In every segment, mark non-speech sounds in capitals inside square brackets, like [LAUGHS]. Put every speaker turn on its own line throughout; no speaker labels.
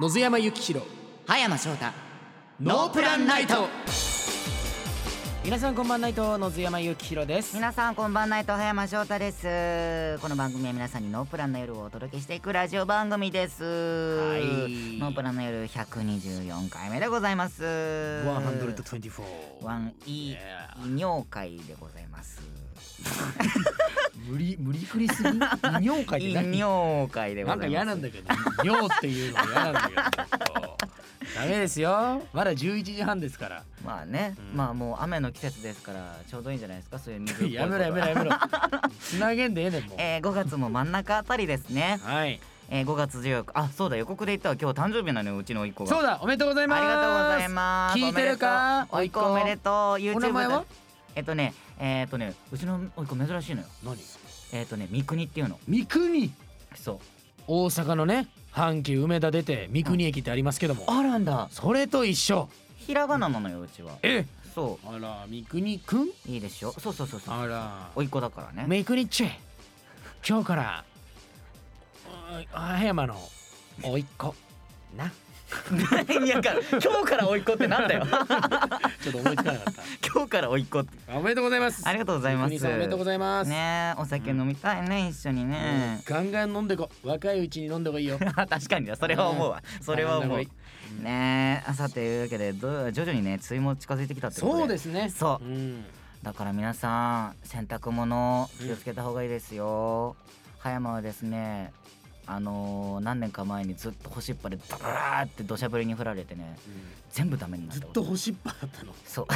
野津山幸弘
葉山翔太
ノープランナイト
皆さんこんばんないと野津山幸弘です
皆さんこんばんないと葉山翔太ですこの番組は皆さんにノープランの夜をお届けしていくラジオ番組です
い
ノープランの夜124回目でございます
124
ワンイー尿会でございます
無理無理くり
[LAUGHS]
すぎ異尿会
イ
って何
尿会でござ
ないんか
ます
嫌なんだけど尿っていうの嫌なんだけどちょっと
ダメですよ
まだ11時半ですから
まあね、
うん
まあもう雨の季節ですからちょうどいいんじゃないですかそういう水っぽいこと
やめろやめろやめろつなげんでええねんもう、
えー、5月も真ん中あたりですね
[LAUGHS] はい
えー、5月14日あそうだ予告で言ったわ今日誕生日なのようちの甥っ子が
そうだおめでとうございます
ありがとうございます。
聞いてるか
おめでとうおいっ子おめでとう。YouTube
お名前は
だえっとね、えっとね、うちのおいっ子珍しいのよ。
何
えっとね、三国っていうの。
三国
そう。
大阪のね阪急梅田出て三国駅ってありますけども
あらんだ。
それと一緒
ひらがななのようちは。
え
そ
あら三国くん
う。いいでしょ。そうそうそうそう。
ら
おいっ子だからね。
めくにっち今日からあ葉山のおいっ子な
[LAUGHS] いやか今日からおいっ子ってなんだよ。
ちょっと思いつかなかっ
[LAUGHS] 今日からおいっ子って。 [LAUGHS]
たおめでとうございます
ありがとうございます
三國さんおめでとうございます、
ねえ、お酒飲みたいね、一緒に
うん
ね。
ガンガン飲んでこ若いうちに飲んでこいよ
[LAUGHS] 確かにだそれは思うわそれは思う
飲ん
ね
だ
えあさていうわけでどう徐々にね梅雨も近づいてきたってことで
そうですね
そうんだから皆さん洗濯物気をつけた方がいいですよ、葉山はですねあのー何年か前にずっと干しっぱでダラーって土砂降りに降られてね全部ダメになっ
ずった
こと
と干しっぱだったの
そう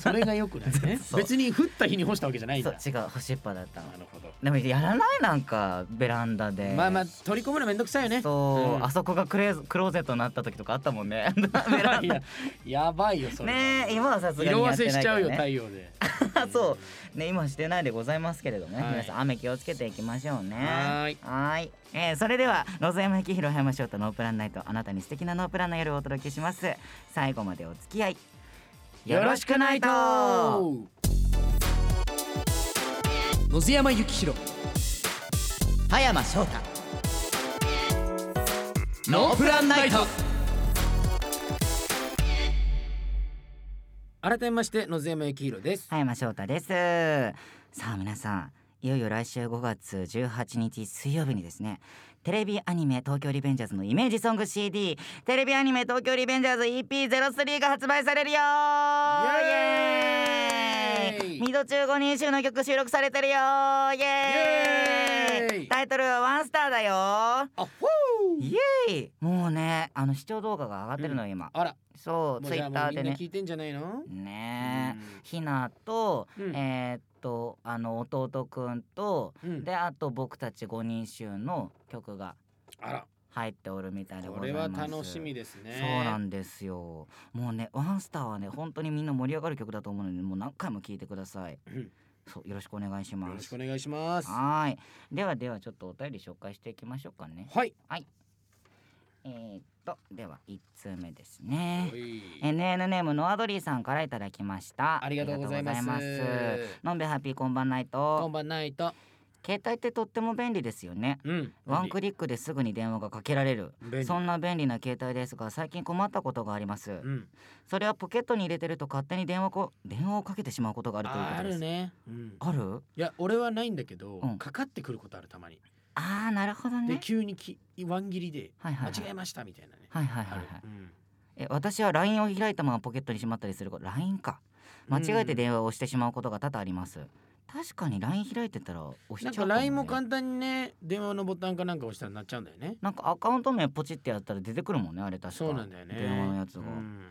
それが良くないね
[LAUGHS] そう
別に降った日に干したわけじゃないん
[LAUGHS] そ
だ
う
な
違う干しっぱだったの
るほど
でもやらないなんかベランダで
まあまあ取り込むのめんどくさいよね
そう、
ん
あそこがクレークローゼットになった時とかあったもんねベラン
[LAUGHS] いややばいよそ
ダ
れ
[LAUGHS] ねえ今はさすがに
色
や
あ
っ
せ
てな
し
い
ち
か
ゃ
ら
うよ太
ね
陽で
[LAUGHS] そうね、今してないでございますけれどもね、
はい
皆さん雨気をつけていきましょうね
はーい
ーいえーそれでは野添山幸弘山翔太ノープランナイトあなたに素敵なノープランの夜をお届けします最後までお付き合いよろしくないと
野津山幸弘
葉山翔太
ノープランナイト改めまして野津山幸弘です
葉山翔太ですさあ皆さんいよいよ来週5月18日水曜日にですねテレビアニメ「東京リベンジャーズ」のイメージソング CD「テレビアニメ東京リベンジャーズ EP03」が発売されるよ
イエーイ
イエーイミド中5人集の曲収録されてるよイエーイ
イエーイ
タイトルは「ワンスター」だよ
あほー
イエーイもうねあの視聴動画が上がってるのよ今、
あら
そう
も
ツ
う
イ
じゃあ
ッ
も
タ
う
ー
み
で
んな
ね
聞いてんじゃないの
ねえひなと、
うん
えーっとあの弟くんと、
うんうん
であと僕たち5人衆の曲が
あら
入っておるみたいでご
こ
ざい
れ
ま
は
す
楽しみですね
そうなんですよもうね「ワンスターはね本当にみんな盛り上がる曲だと思うのでもう何回も聴いてください
うん
そうよろしくお願いします
よろしくお願いしますは
はーいではではちょっとお便り紹介していきましょうかね
い
えー、っとでは1通目ですね
おい
NN ネームノアドリーさんからいただきました
ありがとうございます
ありがとうございますのんべハッピーこんばんない
こ
と
んばんないと
携帯ってとっても便利ですよね
うん
ワンクリックですぐに電話がかけられる
便利
そんな便利な携帯ですが最近困ったことがあります
うん
それはポケットに入れてると勝手に電話こ電話をかけてしまうことがあるというこ
あ
とで
る
す
ねうん
ある
いや俺はないんだけど
うん
かかってくることあるたまに
あーなるほど
で
ね
急にきワン切りで
はいはい
間
はい
違えましたみたいなね
はいはい
あ
はいは
る
い
うん
え私は LINE を開いたままポケットにしまったりすること LINE か間違えて電話をしてしまうことが多々あります、確かに LINE 開いてたら押しち
な
ゃ
ん
うか
か
も、ね、
LINE も簡単にね電話のボタンかなんか押したらなっちゃうんだよね
なんかアカウント名ポチってやったら出てくるもんねあれ確か
そうなんだよね
電話のやつが、
うん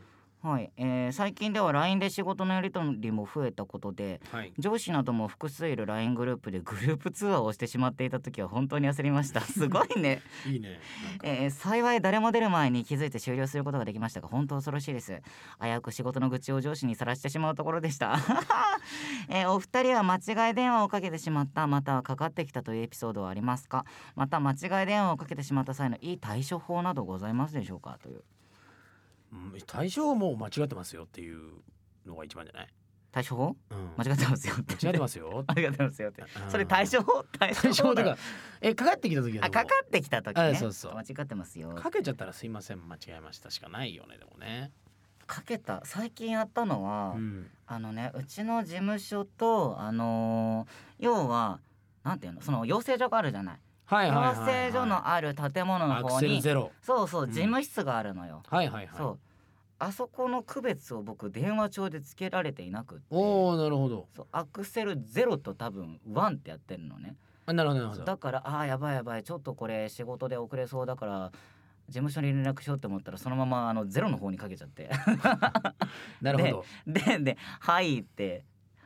はい、えー最近では LINE で仕事のやり取りも増えたことで [LAUGHS]
はい
上司なども複数いる LINE グループでグループ通話をしてしまっていた時は本当に焦りましたすごいね、
いいねなんか
えー幸い誰も出る前に気づいて終了することができましたが本当恐ろしいです危うく仕事の愚痴を上司にさらしてしまうところでした [LAUGHS] えーお二人は間違い電話をかけてしまったまたはかかってきたというエピソードはありますかまた間違い電話をかけてしまった際のいい対処法などございますでしょうかという
うん対象はもう間違ってますよっていうのが一番じゃない
対処法
うん
間違ってますよって
間違ってますよ
[LAUGHS] 間違ってますよって
うん
それ対処法対
対
処
処
法
法と
だ
かえかかってきた時は
あかかってきた時
あ
ね
そうそう
間違ってますよ
かけちゃったらすいません間違えましたしかないよねでもね
かけた最近やったのは、
うん
あのねうちの事務所とあのー要はなんていうのその養成所があるじゃない,、
はいはいはいはい
養成所のある建物の
アク
方
セル
に
ゼロ
そうそううん事務室があるのよ、
はいはいはい
そうあそこの区別を僕電話帳でつけられていなくって
おおなるほど
そうアクセルゼロと多分ワンってやってるのね
あなるほどなるほど
だからああーやばいやばいちょっとこれ仕事で遅れそうだから事務所に連絡しようって思ったらそのままあのゼロの方にかけちゃって
なるほど
[LAUGHS] でで「はい」って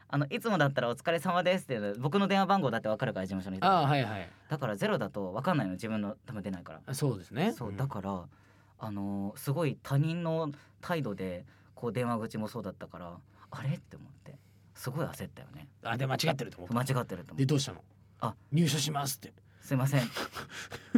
あのいつもだったら「お疲れ様です」っていうの僕の電話番号だって分かるから事務所の人
ああはいはい
だからゼロだと分かんないの自分の多分出ないから
あそうですね
そうんだから、あのーすごい他人の態度でこう電話口もそうだったからあれって思ってすごい焦ったよね
あで間違ってると思った
間違ってると思
で
う
どうしたの
あ
入社しますって
すいません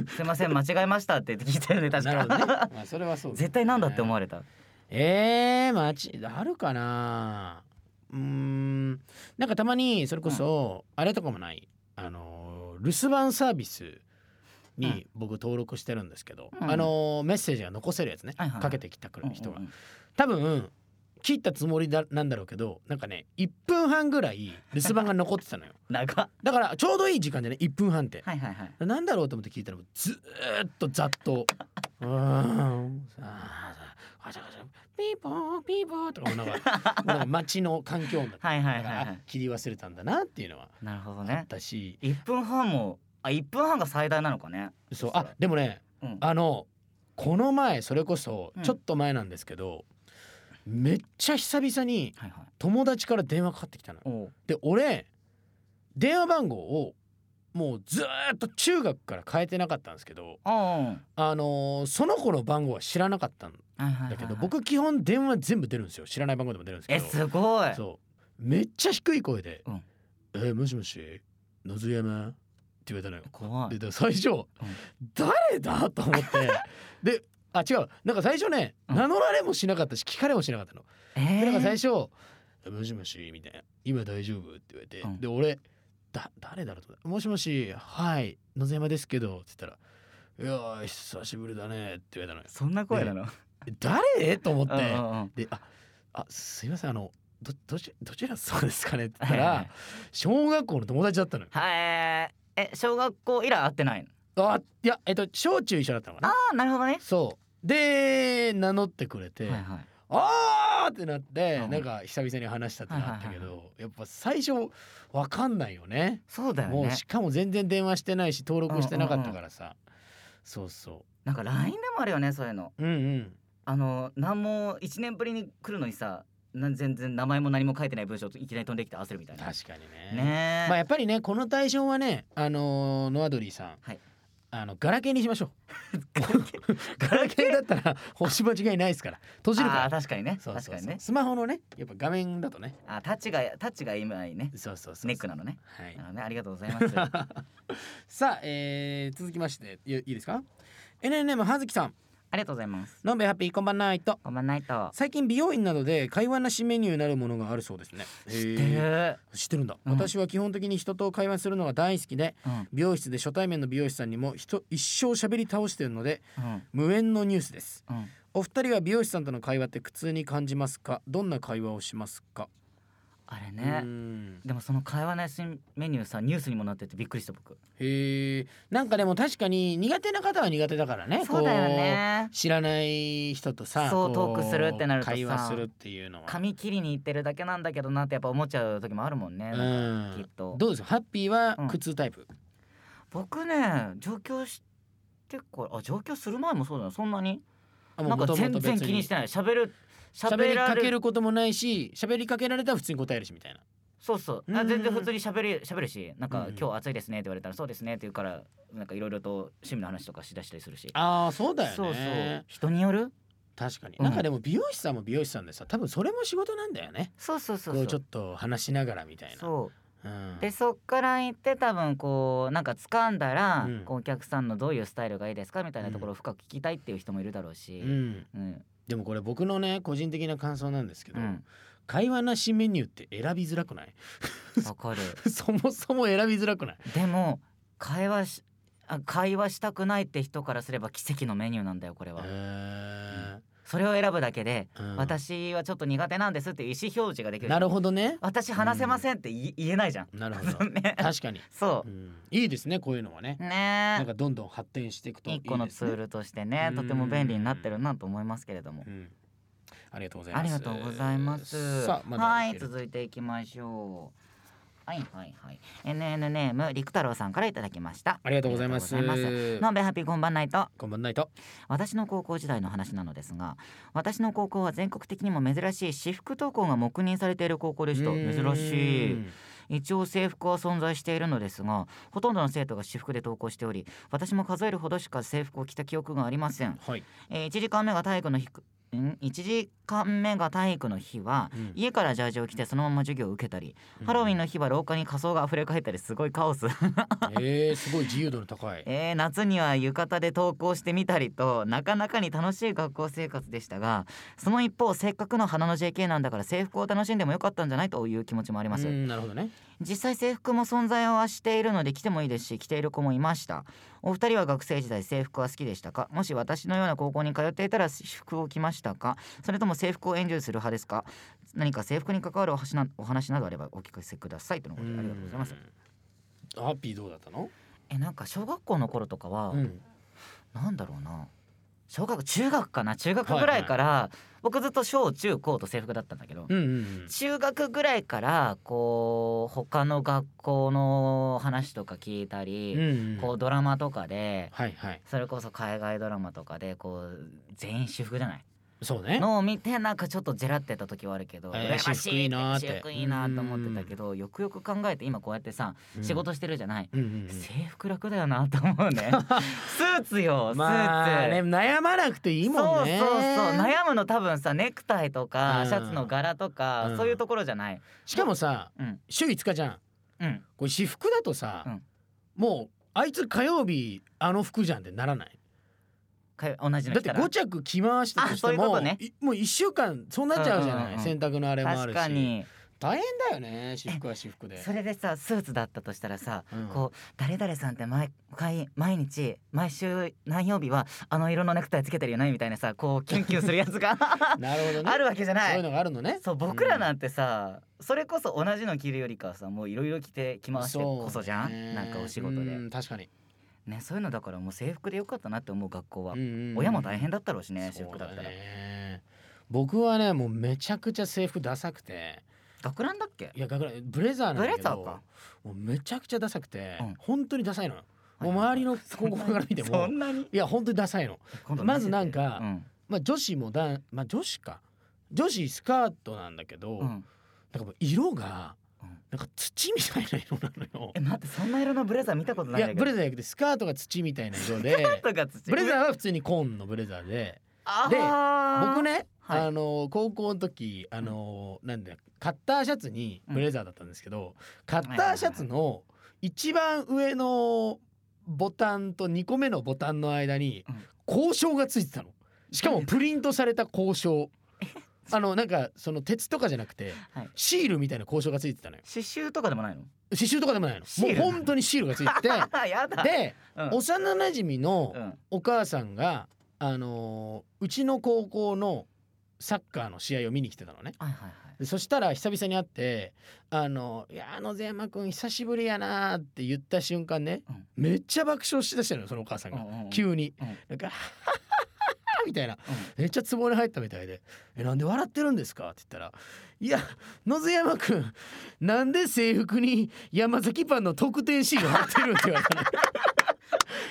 すいません間違えましたって聞いたよね確
なるほどね
か、
まあそれはそうだ
絶対なんだって思われた
えー、まちあるかなうーんなんかたまにそれこそ、あれとかもないあのー留守番サービスに僕登録してるんですけど、
うん
あのーメッセージが残せるやつね、
はいはいはい
かけてきたくる人が、
うんうんうん
多分切ったつもりだなんだろうけどなんかね1分半ぐらい留守番が残ってたのよ
長っ
だからちょうどいい時間じゃない1分半って、
はいはいはい
なんだろうと思って聞いたらもうずーっとざっと「うーんさあさあガチャガチャピーポーピーポー」とかもうなんかもうなんか街の環境音だった
はいは
だ
い
か
はい
ら
は
あ切り忘れたんだなっていうのはい
なるほど
あ
ね
ったし
一分半もあ一分半が最大なのかね。
そう
したら
あでもね
うん。
あのこの前それこそ
うん
ちょっと前なんですけど、めっちゃ久々に
はいはい。
友達から電話かかってきたのよ。
おう
で俺電話番号をもうずーっと中学から変えてなかったんですけど、
ああ。うん
あのーその子の番号は知らなかったん
はいはいはいはい
だけど、。僕基本電話全部出るんですよ知らない番号でも出るんですけ
え
ど
すごい。
そうめっちゃ低い声で
うん
「えーもしもし野津山?」って言われたのよ。
怖
で
い。
だから最初、誰だと思ってであ違うなんか最初ね
うん
名乗られもしなかったし聞かれもしなかったの。
え
でなんか最
ー。
初「えもしもし」みたいな「今大丈夫?」って言われて、
うん
で俺だ誰だろうと思ってもしもしはい野津山ですけど」って言ったら「いやー久しぶりだね」って言われたのよ。
そんな声なの。
誰と思って、
うんうんうん。
で「ああすいませんあのどどちどちらそうですかね」って言っ
は
た
いはい
ら小学校の友達だったのよ。
はい。え小学校以来会ってないの。
あいやえっと小中一緒だったのか
あ
な。
あなるほどね。
そうで名乗ってくれて「
はいはい。
あー!」ってなって、
うん
なんか久々に話したってなったけど、
はいは
やっぱ最初わかんないよね。
そうだよ
もう
ね。
しかも全然電話してないし登録してなかったからさ、そうそ
なんか LINE でもあるよねそういうの。
ううんうん
あの何も一年ぶりに来るのにさ、なん全然名前も何も書いてない文章といきなり飛んできて焦るみたいな。
確かに
ねえ。
まあやっぱりねこの対象はねあのーノアドリーさん、
はい
あのガラケーにしましょうガ
ガ
ラ
ラケー
ケーだったら星間違いないですから閉じる
あ
か
あ
ら
確かにね。
そうそう
確
そう
かにね。
スマホのねやっぱ画面だとね
あタッチがタッチが今いいね。
そうそうそうそう
ネックなのね。
はい
なるほどねありがとうござ
[LAUGHS]
います。
さあ、えー続きましていいいですか NNM 葉月さん
ありがとうございます。
のんべえハッピーこんばんないと
ごめんないと。
最近美容院などで会話なしメニューになるものがあるそうですね
知ってる。
知ってるんだ、
うん
私は基本的に人と会話するのが大好きで
うん
美容室で初対面の美容師さんにも人一生喋り倒してるので
うん
無縁のニュースです
うん。
お二人は美容師さんとの会話って苦痛に感じますかどんな会話をしますか
あれ
う
ね
ー。ん
でもその会話なしメニューさニュースにもなっててびっくりした僕。
へえなんかでも確かに苦手な方は苦手だからね
そうだよね
こう。知らない人とさ
そう
こ
トークするってなるとさ
会話するっていうのは
髪切りに行ってるだけなんだけどなってやっぱ思っちゃう時もあるもんね。
う
な
ん
んかきっと。
どうですかハッピーは
うん
苦痛タイプ、
僕ね上京してからあ上京する前もそうだなそんなに
あも
な
うん
か
元々
全然
別
気にしてない喋る
喋
喋
り
ら
か
れ
け
る
ることもないし喋りかけられたら普通に答えるしみたいな
そうそう
うんうんう
あ
ん
全然普通に喋る喋るしな
う
ん
ん
か
うん
今日暑いですねって言われたらそうですねって言うからなんかいろいろと趣味の話とかしだしたりするし。
ああそうだよね
そうそう人による
確かに、
うん
なんかでも美容師さんも美容師さんでさ多分それも仕事なんだよね
そうそうそう
こ
そうう
ちょっと話しながらみたいな、
そう
ん
う、でそっから行って多分こうなんか掴んだら、
うん
こうお客さんのどういうスタイルがいいですかみたいなところを深く聞きたいっていう人もいるだろう
う
し、
ん、
うん
でもこれ僕のね個人的な感想なんですけど、
うん
会話なしメニューって選びづらくない [LAUGHS]
わかる
そもそも選びづらくない
でも会話しあ会話したくないって人からすれば奇跡のメニューなんだよこれは、
え
それを選ぶだけで、
ーうん
私はちょっと苦手なんですっていう意思表示ができる
なるほどね
私話せませんって言い言えないじゃん、
なるほど
[LAUGHS] ね
確かに、
そ
うん、いいですねこういうのはね
う
なん
ね
かどんどん発展していくといい
一
ですね
個のツールとしてねとても便利になってるなと思いますけれども
うん、ありがとうござい
あ
ます
りがとうございます。
さあまだ
はい、
ける
続いていきましょう。はいはいはい。NN ネーム陸太郎さんからいただきました。
ありがとうございます
ありがとうございますのんべいハッピーこんばんないと
こんばんないと
私の高校時代の話なのですが私の高校は全国的にも珍しい私服登校が黙認されている高校でした
うー
珍
ん
しい一応制服は存在しているのですがほとんどの生徒が私服で登校しており私も数えるほどしか制服を着た記憶がありません
はい、
えー、1時間目が体育の日くん1時間目が体育の日は
うん
家からジャージを着てそのまま授業を受けたり、ハロウィンの日は廊下に仮装があふれかえったりすごいカオス
えー、すごい自由度の高い
えー夏には浴衣で登校してみたりとなかなかに楽しい学校生活でしたがその一方せっかくの花の JK なんだから制服を楽しんでもよかったんじゃないという気持ちもあります、
うんなるほどね
実際制服も存在はしているので着てもいいですし着ている子もいましたお二人は学生時代制服は好きでしたかもし私のような高校に通っていたら私服を着ましたかそれとも制服をエンジョイする派ですか何か制服に関わるお話なお話などあればお聞かせくださいとのことでありがとうございます
うんハッピーどうだったの
えなんか小学校の頃とかは、
うん
なんだろうな小学中学かな中学ぐらいから僕ずっと小中高と制服だったんだけど、
うんうん
中学ぐらいからこう他の学校の話とか聞いたり、
うんうん
こうドラマとかで
はいはい
それこそ海外ドラマとかでこう全員私服じゃない
そうね
のを見てなんかちょっとジェラってた時はあるけど
えー
羨まし
私服いいなーって
私服いいなーと思ってたけどよくよく考えて今こうやってさ
うん
仕事してるじゃない
うんうん
制服楽だよなと思う
[LAUGHS]
ねスーツ
う
よ
ん
ス
まあね
ーツ
悩まなくていいもんね
そうそうそう悩むの多分さネクタイとか
うん
シャツの柄とか
うん
そういうところじゃない
しかもさ
うん
週5日じゃん
うん
これ私服だとさ、
うん
もうあいつ火曜日あの服じゃんってならない
か同じ
だ
の
っ
着
て
たら
5着着回したとし
あそう
て
いうこ
も
とね
いもう1週間そうなっちゃうじゃない、
うんうんうん
洗濯のあれもある
確
し
かに
大変だよね私服は私服で
それでさスーツだったとしたらさ、
うん
こう誰々さんって毎回毎日毎週何曜日はあの色のネクタイつけてるよねみたいなさこうキュンキュンするやつが [LAUGHS]
なるほどね
あるわけじゃ
そう
ないいう
のがあるのね
そう僕らなんてさ、それこそ同じの着るよりかはさもういろいろ着て着回してこそじゃん、
ね
なんかお仕事で、
うん確かに、
ねそういうのだからもう制服でよかったなって思う学校は、
うんうんうん
親も大変だったろうしね私
そう
服だったら、
ね僕はねもうめちゃくちゃ制服ダサくて
学ランだっけ
いやだからブレザーなんだけど
ブレザーか
もうめちゃくちゃダサくて、
うん
本当にダサいのよもう周りの高校から見て
そ
も
んなに
[LAUGHS] いや本当にダサいの
今度
まずなんか
うん
まあ女子もだんまあ女子か女子スカートなんだけど、
うん
なんかもう色が
うん
なんか土みたいな色なのよ
え待ってそんな色のブレザー見たことないいんだ
や
けど
ブレザーじゃなくてスカートが土みたいな色
[LAUGHS]
で
とか土
ブレザーは普通にコーンのブレザーで
あー
で僕ね、
はい
あの高校の時あの、なんだカッターシャツにブレザーだったんですけど、カッターシャツの一番上のボタンと2個目のボタンの間に
うん
交渉がついてたのしかもプリントされた交渉あのなんかその鉄とかじゃなくて
はい
シールみたいな交渉がついてたのよ
刺繍とかでもないの
刺繍とかでもないの
シールなの
もう本当にシールがついてて
あやだ
で
[LAUGHS] うん
幼なじみの
うん
お母さんが、あのーうちの高校のサッカーの試合を見に来てたのね。
はいはいはい
でそしたら久々に会って「あのいやあのゼ山君久しぶりやな」って言った瞬間ね、
うん
めっちゃ爆笑しだしたのよそのお母さんが、
うんうんうん
急に、
うん
なんか「はっはっはっは」みたいなめっちゃツボに入ったみたいで「えなんで笑ってるんですか?」って言ったら「いや野津山君なんで制服に山崎パンの特典シール貼ってる?」って言われたの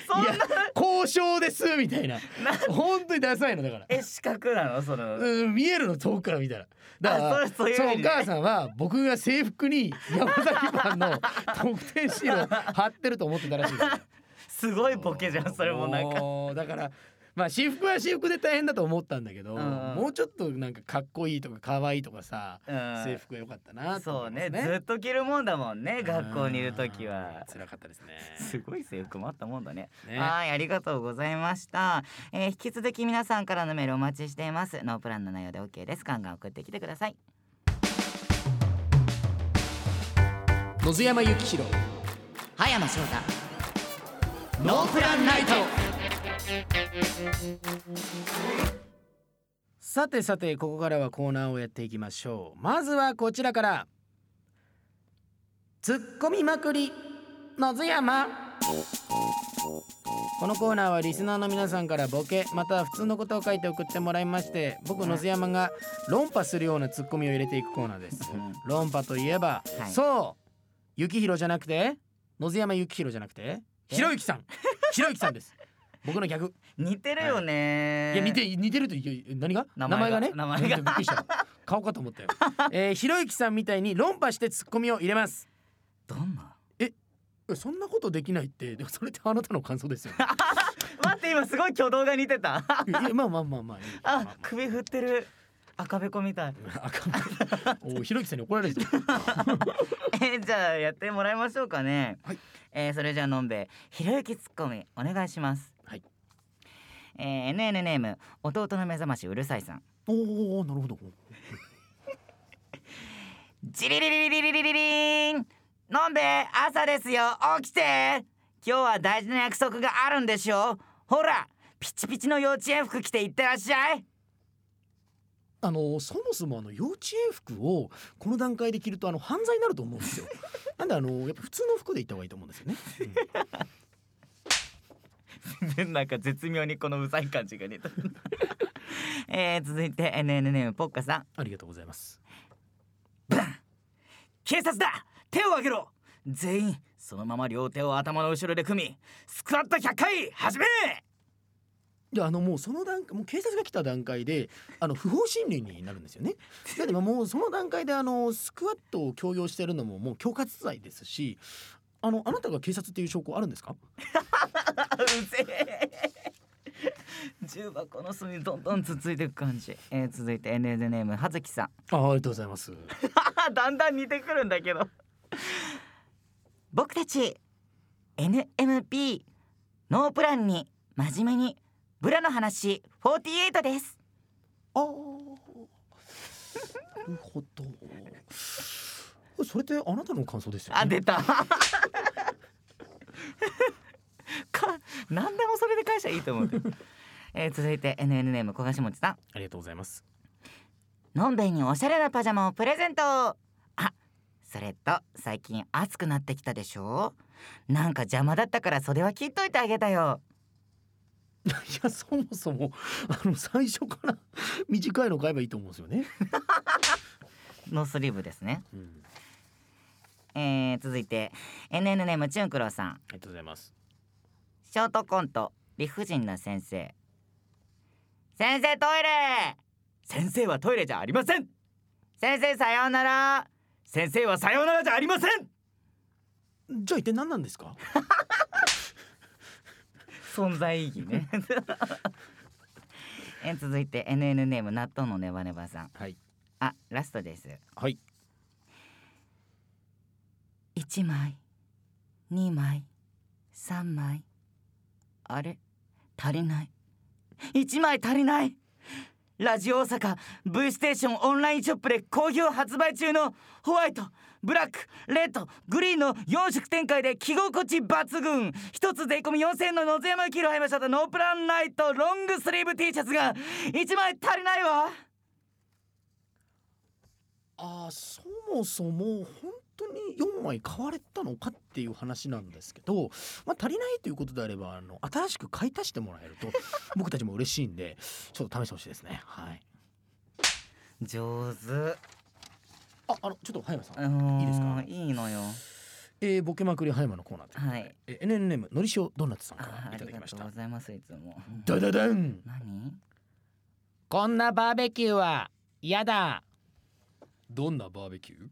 そん
い
な
や交渉ですみたいな
なん
本当にダサいのだから
え四角なのその
うん見えるの遠くから見たらだから
あそうそういう
その
意
お
味ね
母さんは僕が制服に山崎パン
[LAUGHS]
の特典シールを貼ってると思ってたらしいですよ
すごいボケじゃんそれもなんか
もうだからまあ私服は私服で大変だと思ったんだけど、
うん
もうちょっとなんかかっこいいとか可愛いとかさ、
うん
制服が良かったなと
そ
思
う
います
ねずっと着るもんだもんね学校にいる時
うん
は
辛かったですね
すごい制服もあったもんだね
ね
はい、ありがとうございました、えー引き続き皆さんからのメールお待ちしています。ノープランの内容で OK です。ガンガン送ってきてください。
野津山幸宏
葉山翔太
ノープランナイトさてさてここからはコーナーをやっていきましょうまずはこちらからツッコミまくり野津山このコーナーはリスナーの皆さんからボケまたは普通のことを書いて送ってもらいまして僕野津山が論破するようなツッコミを入れていくコーナーです
うん
論破といえば、
はい
そう雪広じゃなくて野津山雪広じゃなくて
え
ひろゆきさ [LAUGHS] んひろゆきさんです僕の [LAUGHS] 逆
似てるよね、
いや似て似てるという何が名
名前
前
が
がね
名前が
うんびっくりした顔かと思った [LAUGHS] よ、えー、ひろゆきさんみたいに論破してツッコミを入れます
どんな
えそんなことできないってでもそれってあなたの感想ですよ、ね、
待って今すごい挙動が似てた
[LAUGHS] いやまあまあまあまあいいま [LAUGHS] あま
[LAUGHS] あ首振ってる赤べこみたい
あかん [LAUGHS] おひろゆきさんに怒られるぞ
えじゃあやってもらいましょうかね
はい
えーそれじゃあのんべえひろゆきツッコミお願いします
はい
えー、NN ネーム弟の目覚ましうるさいさん
[LAUGHS] おーおーなるほど
ジリリリリリリリリンのんべえ朝ですよ起きて今日は大事な約束があるんでしょほらピチピチの幼稚園服着て行ってらっしゃい
あのそもそもあの幼稚園服をこの段階で着るとあの犯罪になると思うん [LAUGHS] ですよ。なんであのやっぱ普通の服で行った方がいいと思うんですよね。
[LAUGHS] なんか絶妙にこのうざい感じが似た [LAUGHS] えー、続いて NNN ポッカさん
ありがとうございます。
警察だ手を挙げろ全員そのまま両手を頭の後ろで組みスクワット100回始め
いやあのもうその段階もう警察が来た段階であの不法侵入になるんですよね。だってもうその段階であのスクワットを強要してるのももう恐喝罪ですし。あのあなたが警察っていう証拠あるんですか
あうぜえ重箱の隅どんどんつついていく感じ、えー、続いて NNN はずきさん
あありがとうございます
[LAUGHS] だんだん似てくるんだけど僕たち NMP ノープランに真面目にブラの話48です
ああ。なるほど。それってあなたの感想ですよ、ね。
あ出た [LAUGHS] か何でもそれで返したらいいと思うけど、えー続いて NN ネーム小菓子持ちさ
ありがとうございます。
んのんべいにおしゃれなパジャマをプレゼントあそれと最近暑くなってきたでしょなんか邪魔だったから袖は切っといてあげたよ
いやそもそもあの最初から短いの買えばいいと思うんですよね。
ノースリーブですね、
うん、あ
えー続いて NN ネームチュンクロウさん
りがとうございます。
ショートコント理不尽な先生先生トイレ先生はトイレじゃありません先生さようなら先生はさようならじゃありません
じゃあ一体何なんですか？
存在意義ねえ続いて NN ネーム納豆のネバネバさん
はい
あラストです
はい
1枚2枚3枚あれ足りない1枚足りないラジオ大阪 V ステーションオンラインショップで好評発売中のホワイトブラックレッドグリーンの4色展開で着心地抜群一つ税込み4000円の野津山キロ入りましたノープランナイトロングスリーブ T シャツが1枚足りないわ
あーそもそも本当に4枚買われたのかっていう話なんですけど、まあ、足りないということであればあの新しく買い足してもらえる [LAUGHS] と僕たちも嬉しいんでちょっと試してほしいですね。はい。
上手
ああのちょっと葉山さん、
い
いいですか
いいのよ
えー、ボケまくり葉山のコーナーということで、
はい
えー NNM のりしおドーナツさんか
あ
ら
あ
いた
り
だ
が
きまし
と
た
うご。ざいますいつも
ダダダン
何
こんなバーベキューは嫌だどんなバーベキュー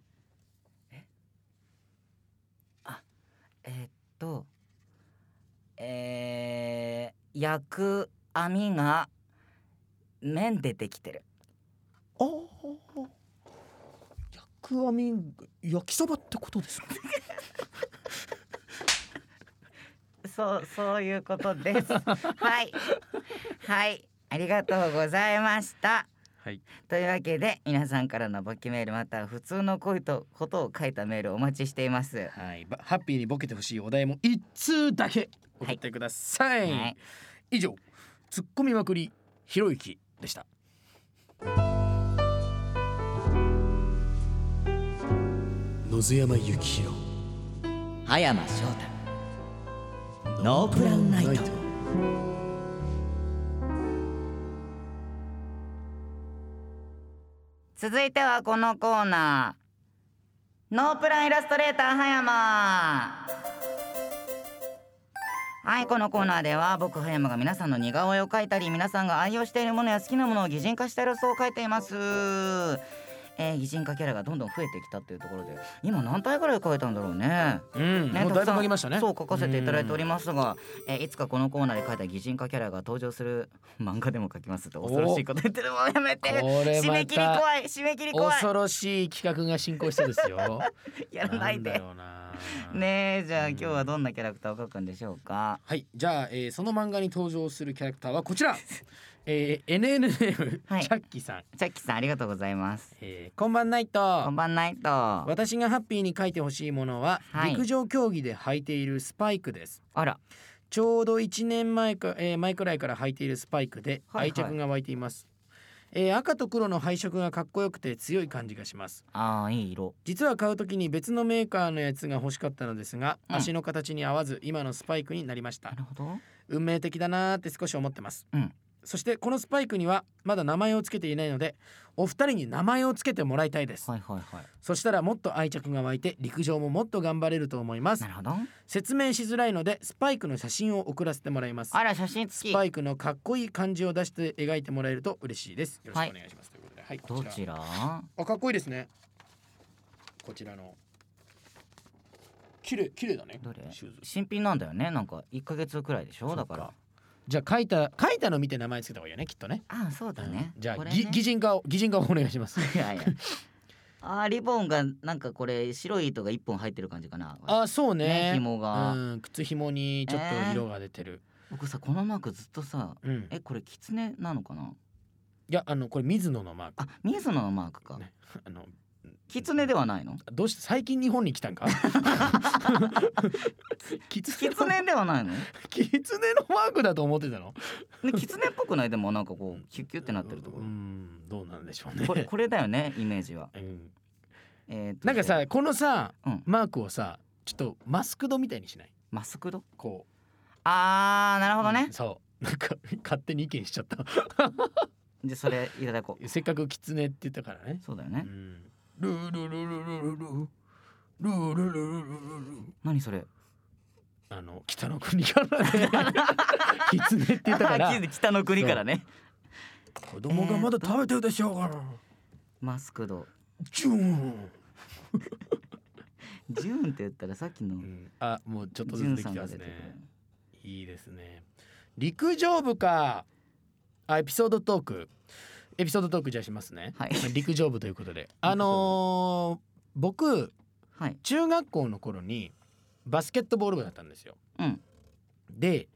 えーっとえー、焼く網が麺でできてる
ああ焼く網焼きそばってことですか
そうそういう [LAUGHS] ことですはいはいありがとうございました
はい
というわけで皆さんからのボケメールまたは普通の恋とことを書いたメールお待ちしています。
はいばハッピーにボケてほしいお題も一通だけ送ってください、
はい
以上ツッコミまくりひろゆきでした
野津山幸宏
葉山翔太ノープランナイト続いてはこのコーナーノープランイラストレーター葉山はいこのコーナーでは僕葉山が皆さんの似顔絵を描いたり皆さんが愛用しているものや好きなものを擬人化したイラストを描いていますえー擬人化キャラがどんどん増えてきたっていうところで今何体ぐらい描いたんだろうね
うん、
ね
もうだいぶ
たくさん
書きましたね
そう書かせていただいておりますが、えーいつかこのコーナーで書いた擬人化キャラが登場する漫画でも書きますって恐ろしいこと言ってるもうやめて
これ
締
ま
め切り
た
怖い締め切り怖い
恐ろしい企画が進行してですよ
[LAUGHS] やらない
んだ
で
ろうな
ねえじゃあ今日はどんなキャラクターを書くんでしょうか
はいじゃあ、えーその漫画に登場するキャラクターはこち
[LAUGHS]
ら、えー、NN ネーム、
はい
チャッキーさん、
チャッキーさんありがとうございます
えー、こんばんないと
こんばんないとあ
私がハッピーに書いてほしいものは、
はい
陸上競技で履いているスパイクです
ら
ちょうど1年前か、えー前くらいから履いているスパイクで
はい
愛
はい
着が湧いています、えー赤と黒の配色がかっこよくて強い感じがします
あーいい色
実は買う時に別のメーカーのやつが欲しかったのですが、
うん
足の形に合わず今のスパイクになりました
なるほど
運命的だなーって少し思ってます、
うん
そしてこのスパイクにはまだ名前をつけていないのでお二人に名前をつけてもらいたいです、
はいはいはい
そしたらもっと愛着が湧いて陸上ももっと頑張れると思います
なるほど
説明しづらいのでスパイクの写真を送らせてもらいます
あら写真付
ス
き
パイクのかっこいい感じを出して描いてもらえると嬉しいですよろ
は
し
い
くお願いします、ということではいこ
ど
ちら
ちら
あかっこいいですねこちらの綺麗綺麗だね
どれ
シューズ
新品なんだよねなんか一ヶ月くらいでしょ
そ
だ
う
から
じゃあ書いた書いたの見て名前つけた方がいいよねきっとね
あそうだね
うんじゃ
こ
あ、
れ
ぎ
ね
擬人化を擬人化をお願いし
[LAUGHS]
ます。
いやいや。あーリボンがなんかこれ白い糸が一本入ってる感じかな。
あ、そう
ね
ね。
紐が
うん、靴紐にちょっ
えー
と色が出てる。
僕さこのマークずっとさ、
うん。い
えこれキツネなのかな。
や、あのこれ水野のマーク。
あ水野のマークか。
ねあの
キツネではないの？
どうして最近日本に来たん
[LAUGHS]
か。キツ
キ
ネ
ツネではないの？ね
キツネのマークだと思ってたの。
キツネっぽくないでもなんかこうキュッキュってなってるとこ
う
ろ。
ん、どうなんでしょうね。
これこれだよねイメージは。
うん
えーと
なんかさ、このさ、
うん
マークをさ、ちょっとマスクドみたいにしない。
マスクド？
こう。
あーなるほど
う
ね
ん。そう。なんか勝手に意見しちゃった。
じゃそれいただこう。
せっかくキツネって言ったからね。
そうだよね。
ルールルルルルルルールルルルルル
何それ？
あの北の国からねキツネって言ったから
北の国からね。
子供がまだ食べてるでしょうから
マスクド。
ジューン、
ジューンって言ったらさっきの
う。ん、あもうちょっと
ジ
ず
ュ
つでき
ンさ
て
ん
ま
が
す
出てくる。
ねいいですね陸上部かあエピソードトークエピソードトークじゃあしますね、
はい
陸上部ということであのー僕
はい。
中学校の頃にバスケットボール部だったんですよ
うん。
で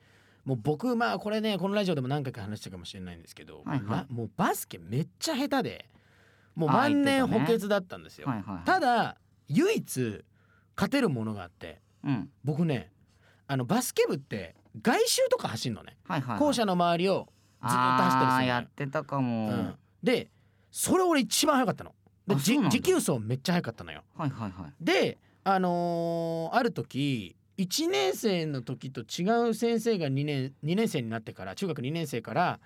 もう僕まあこれねこのラジオでも何回か話したかもしれないんですけど、
はいはい
まもうバスケめっちゃ下手でもう
あー
万年
言
補
ってたね
欠だったんですよ。
はいはいはい。
ただ唯一勝てるものがあって
うん。
僕ねあのバスケ部って外周とか走るのね
はいはいはい。
校舎の周りをずっと走ったりす
あー
るの
や
よ
ってたかも。
うんでそれ俺一番速かったの。で
あそう
じ
なんだ
持久走めっちゃ速かったのよ。
はいはいはい。
であのーある時1年生の時と違う先生が2年2年生になってから中学2年生から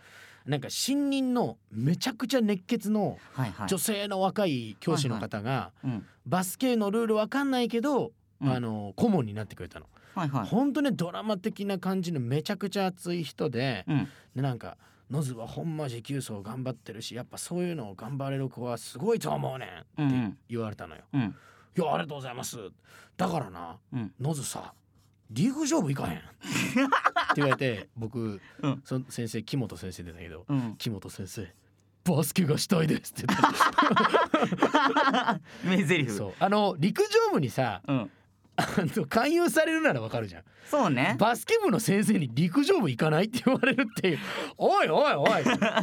なんか新任のめちゃくちゃ熱血の
はいはい。
女性の若い教師の方が
うん。
バスケのルールわかんないけど、
うん
あのー顧問になってくれたの。
はいはい。
本当ねドラマ的な感じのめちゃくちゃ熱い人で
うん。
でなんか「ノズはほんま持久走頑張ってるしやっぱそういうのを頑張れる子はすごいと思うねん」っ
うんうん
て言われたのよ。
うん。
いやありがとうございます。だからな、
うん
ノズさ、陸上部行か [LAUGHS] へん。って言われて、僕、
うん
その先生、木本先生でだけど、
うん。
木本先生、バスケがしたいですって言っ
名台詞。
て。そう、あの陸上部にさ、
うん。
あの勧誘されるならわかるじゃん
そうね
バスケ部の先生に陸上部行かないって言われるっていうおいおいおい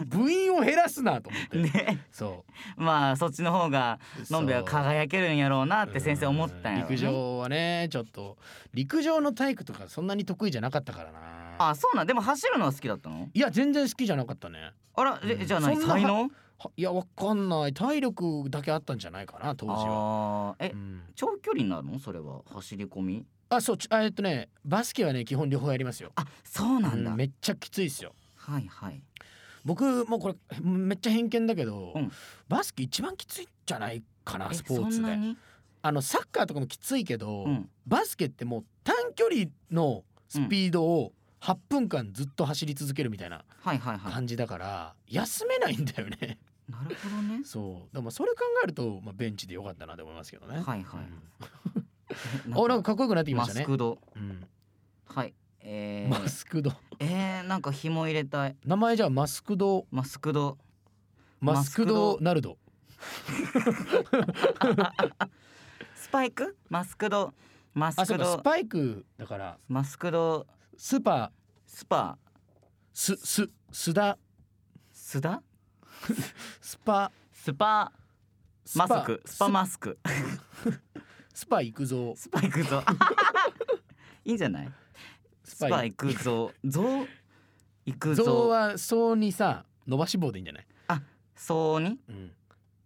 部員を減らすなと思って、
ね [LAUGHS]
そ
まあそっちの方が
う
のんべは輝けるんやろうなって先生思ったんや
よ
ろ、
陸
ね、
上はねちょっと陸上の体育とかそんなに得意じゃなかったからな
あそうなんでも走るのは好きだったの
いや全然好きじゃなかったね
あらえ
うん
じゃあ何
そんな
才能
はいやわかんない体力だけあったんじゃないかな当時は、
あーえ
うん
長距離になるのそれは走り込み
あそうちあえっとねバスケはね基本両方やりますよ
あそうなんだ、
うめっちゃきついっすよ
はいはい
僕もうこれめっちゃ偏見だけど、
うん
バスケ一番きついんじゃないかな
え
スポー
そ
ツ
んな
で
に
あのサッカーとかもきついけど、
うん
バスケってもう短距離のスピードを8分間ずっと走り続けるみたいな
はいはいはい
感じだから、休めないんだよね [LAUGHS]
なるほどね
そうでもそれ考えると、まあ、ベンチでよかったなと思いますけどね
はいはい
うん
え
おなんかかっこよくなってきま
マ
した
ス
ね
クド
うん
はいえ
マ
ー、
スクド
えー、なんか紐入れたい
名前じゃあマスクド
マスクド
マスクドナルド
スパイクマスクドマス
あそう
ク
かス
ド
パイクだから
マスクド
スーパー
スパ
すすすだ
スダ
スパ
スパ
ス
マ
パ
スクスパマスク [LAUGHS]
スパ行くぞ
スパ
[LAUGHS]
イクゾいいんじゃない
ス
スパイクゾゾ行く
ゾウ
ぞ
はそうにさ伸ばし棒でいいんじゃない、
そうに
うん、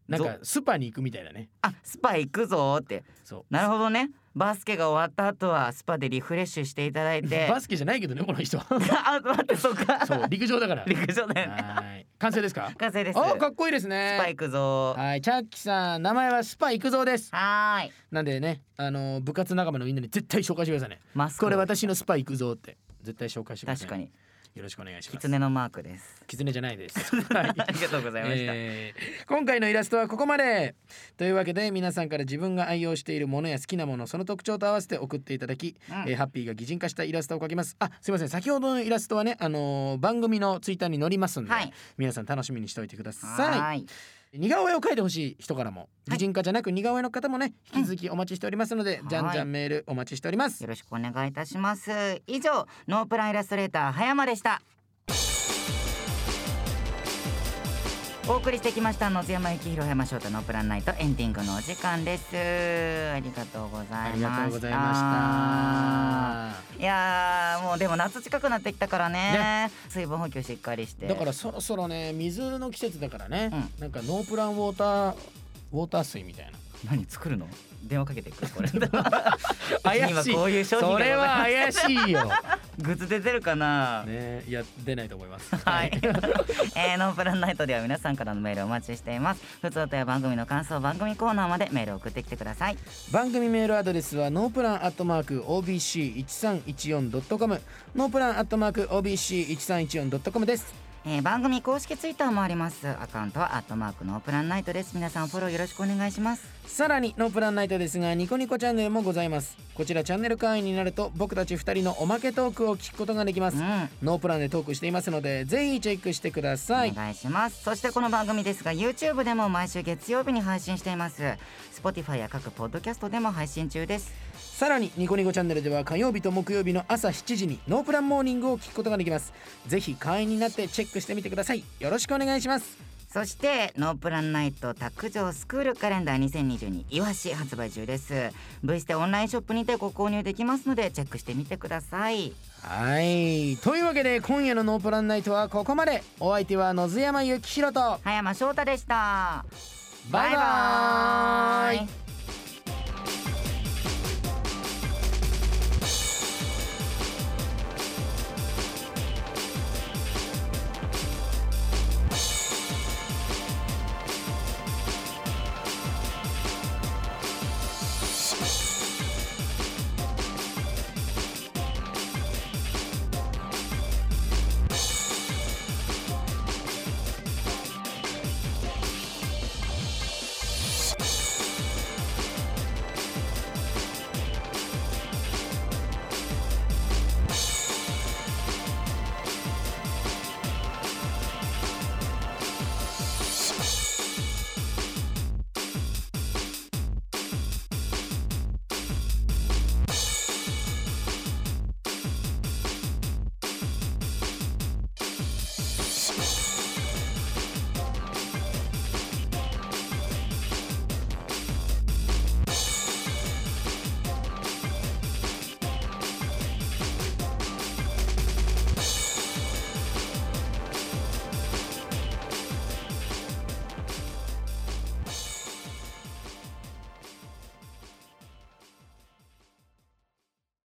なんか
ゾ
スパに行くみたいだね
あスパ行くぞって
そう
なるほどねバスケが終わった後はスパでリフレッシュしていただいて
バスケじゃないけどねこの人は
[LAUGHS] あ待ってそうか
そう陸上だから
陸上だよね
はい完成ですか
完成です
あかっこいいですね
スパ行くぞ
はいチャッキさん名前はスパ行くぞです
はーい
なんでねあの部活仲間のみんなに絶対紹介してくださいね
マスク
これ私のスパ行くぞって絶対紹介してくださ
確
い
かに
よろしくお願いします
狐のマークです
キツネじゃない
[LAUGHS]
ですはい
ありがとうございました、
えー今回のイラストはここまでというわけで皆さんから自分が愛用しているものや好きなものその特徴と合わせて送っていただき、
うん
えーハッピーが擬人化したイラストを描きますあすいません先ほどのイラストはね、あのー番組のツイッターに載りますんで、
はい
皆さん楽しみにしておいてくだ
は
さ
ーい
い似顔絵を描いてほしい人からも擬人化じゃなく似顔絵の方もね引き続きお待ちしておりますので、
うん
じゃんじゃんメールお待ちしております
よろしくお願いいたします以上ノープランイラストレーター葉山でしたお送りしてきました野津山幸宏山翔太のプランナイトエンディングのお時間ですありがとうござ
あ
いまし
り
た
がとうございまし
いやーもうでも夏近くなってきたからね水分補給しっかりして
ただからそろそろね水の季節だからね、
う
なんかノープランウォーターウォーター水みたいな
何作るの電話かけてくる
[LAUGHS]
これ
怪しい
今こういう商品
そ
がございます
れは怪しいよ、
グッズ出てるか
[LAUGHS]
な、
ね、いや出ないと思い [LAUGHS] ます
はい、えー、ノープランナイトでは皆さんからのメールをお待ちしています普通とや番組の感想番組コーナーまでメールを送ってきてください
番組メールアドレスはノープランアットマーク OBC1314.com ノープランアットマーク OBC1314.com です
えー、番組公式ツイッターもありますアカウントはアットマークノープランナイトです皆さんフォローよろしくお願いします
さらにノープランナイトですがニコニコチャンネルもございますこちらチャンネル会員になると僕たち2人のおまけトークを聞くことができま
う
す
ん
ノープランでトークしていますのでぜひチェックしてください
お願いしますそしてこの番組ですが YouTube でも毎週月曜日に配信しています Spotify や各ポッドキャストでも配信中です
さらにニコニコチャンネルでは火曜日と木曜日の朝7時にノープランモーニングを聞くことができますぜひ会員になってチェックしてみてくださいよろしくお願いします
そして「ノープランナイト卓上スクールカレンダー2022いわし」発売中です。V ステオンラインショップにてご購入できますのでチェックしてみてください。
はいというわけで今夜のノープランナイトはここまでお相手は野津山幸宏と
葉山翔太でした。
バイバーイ
イ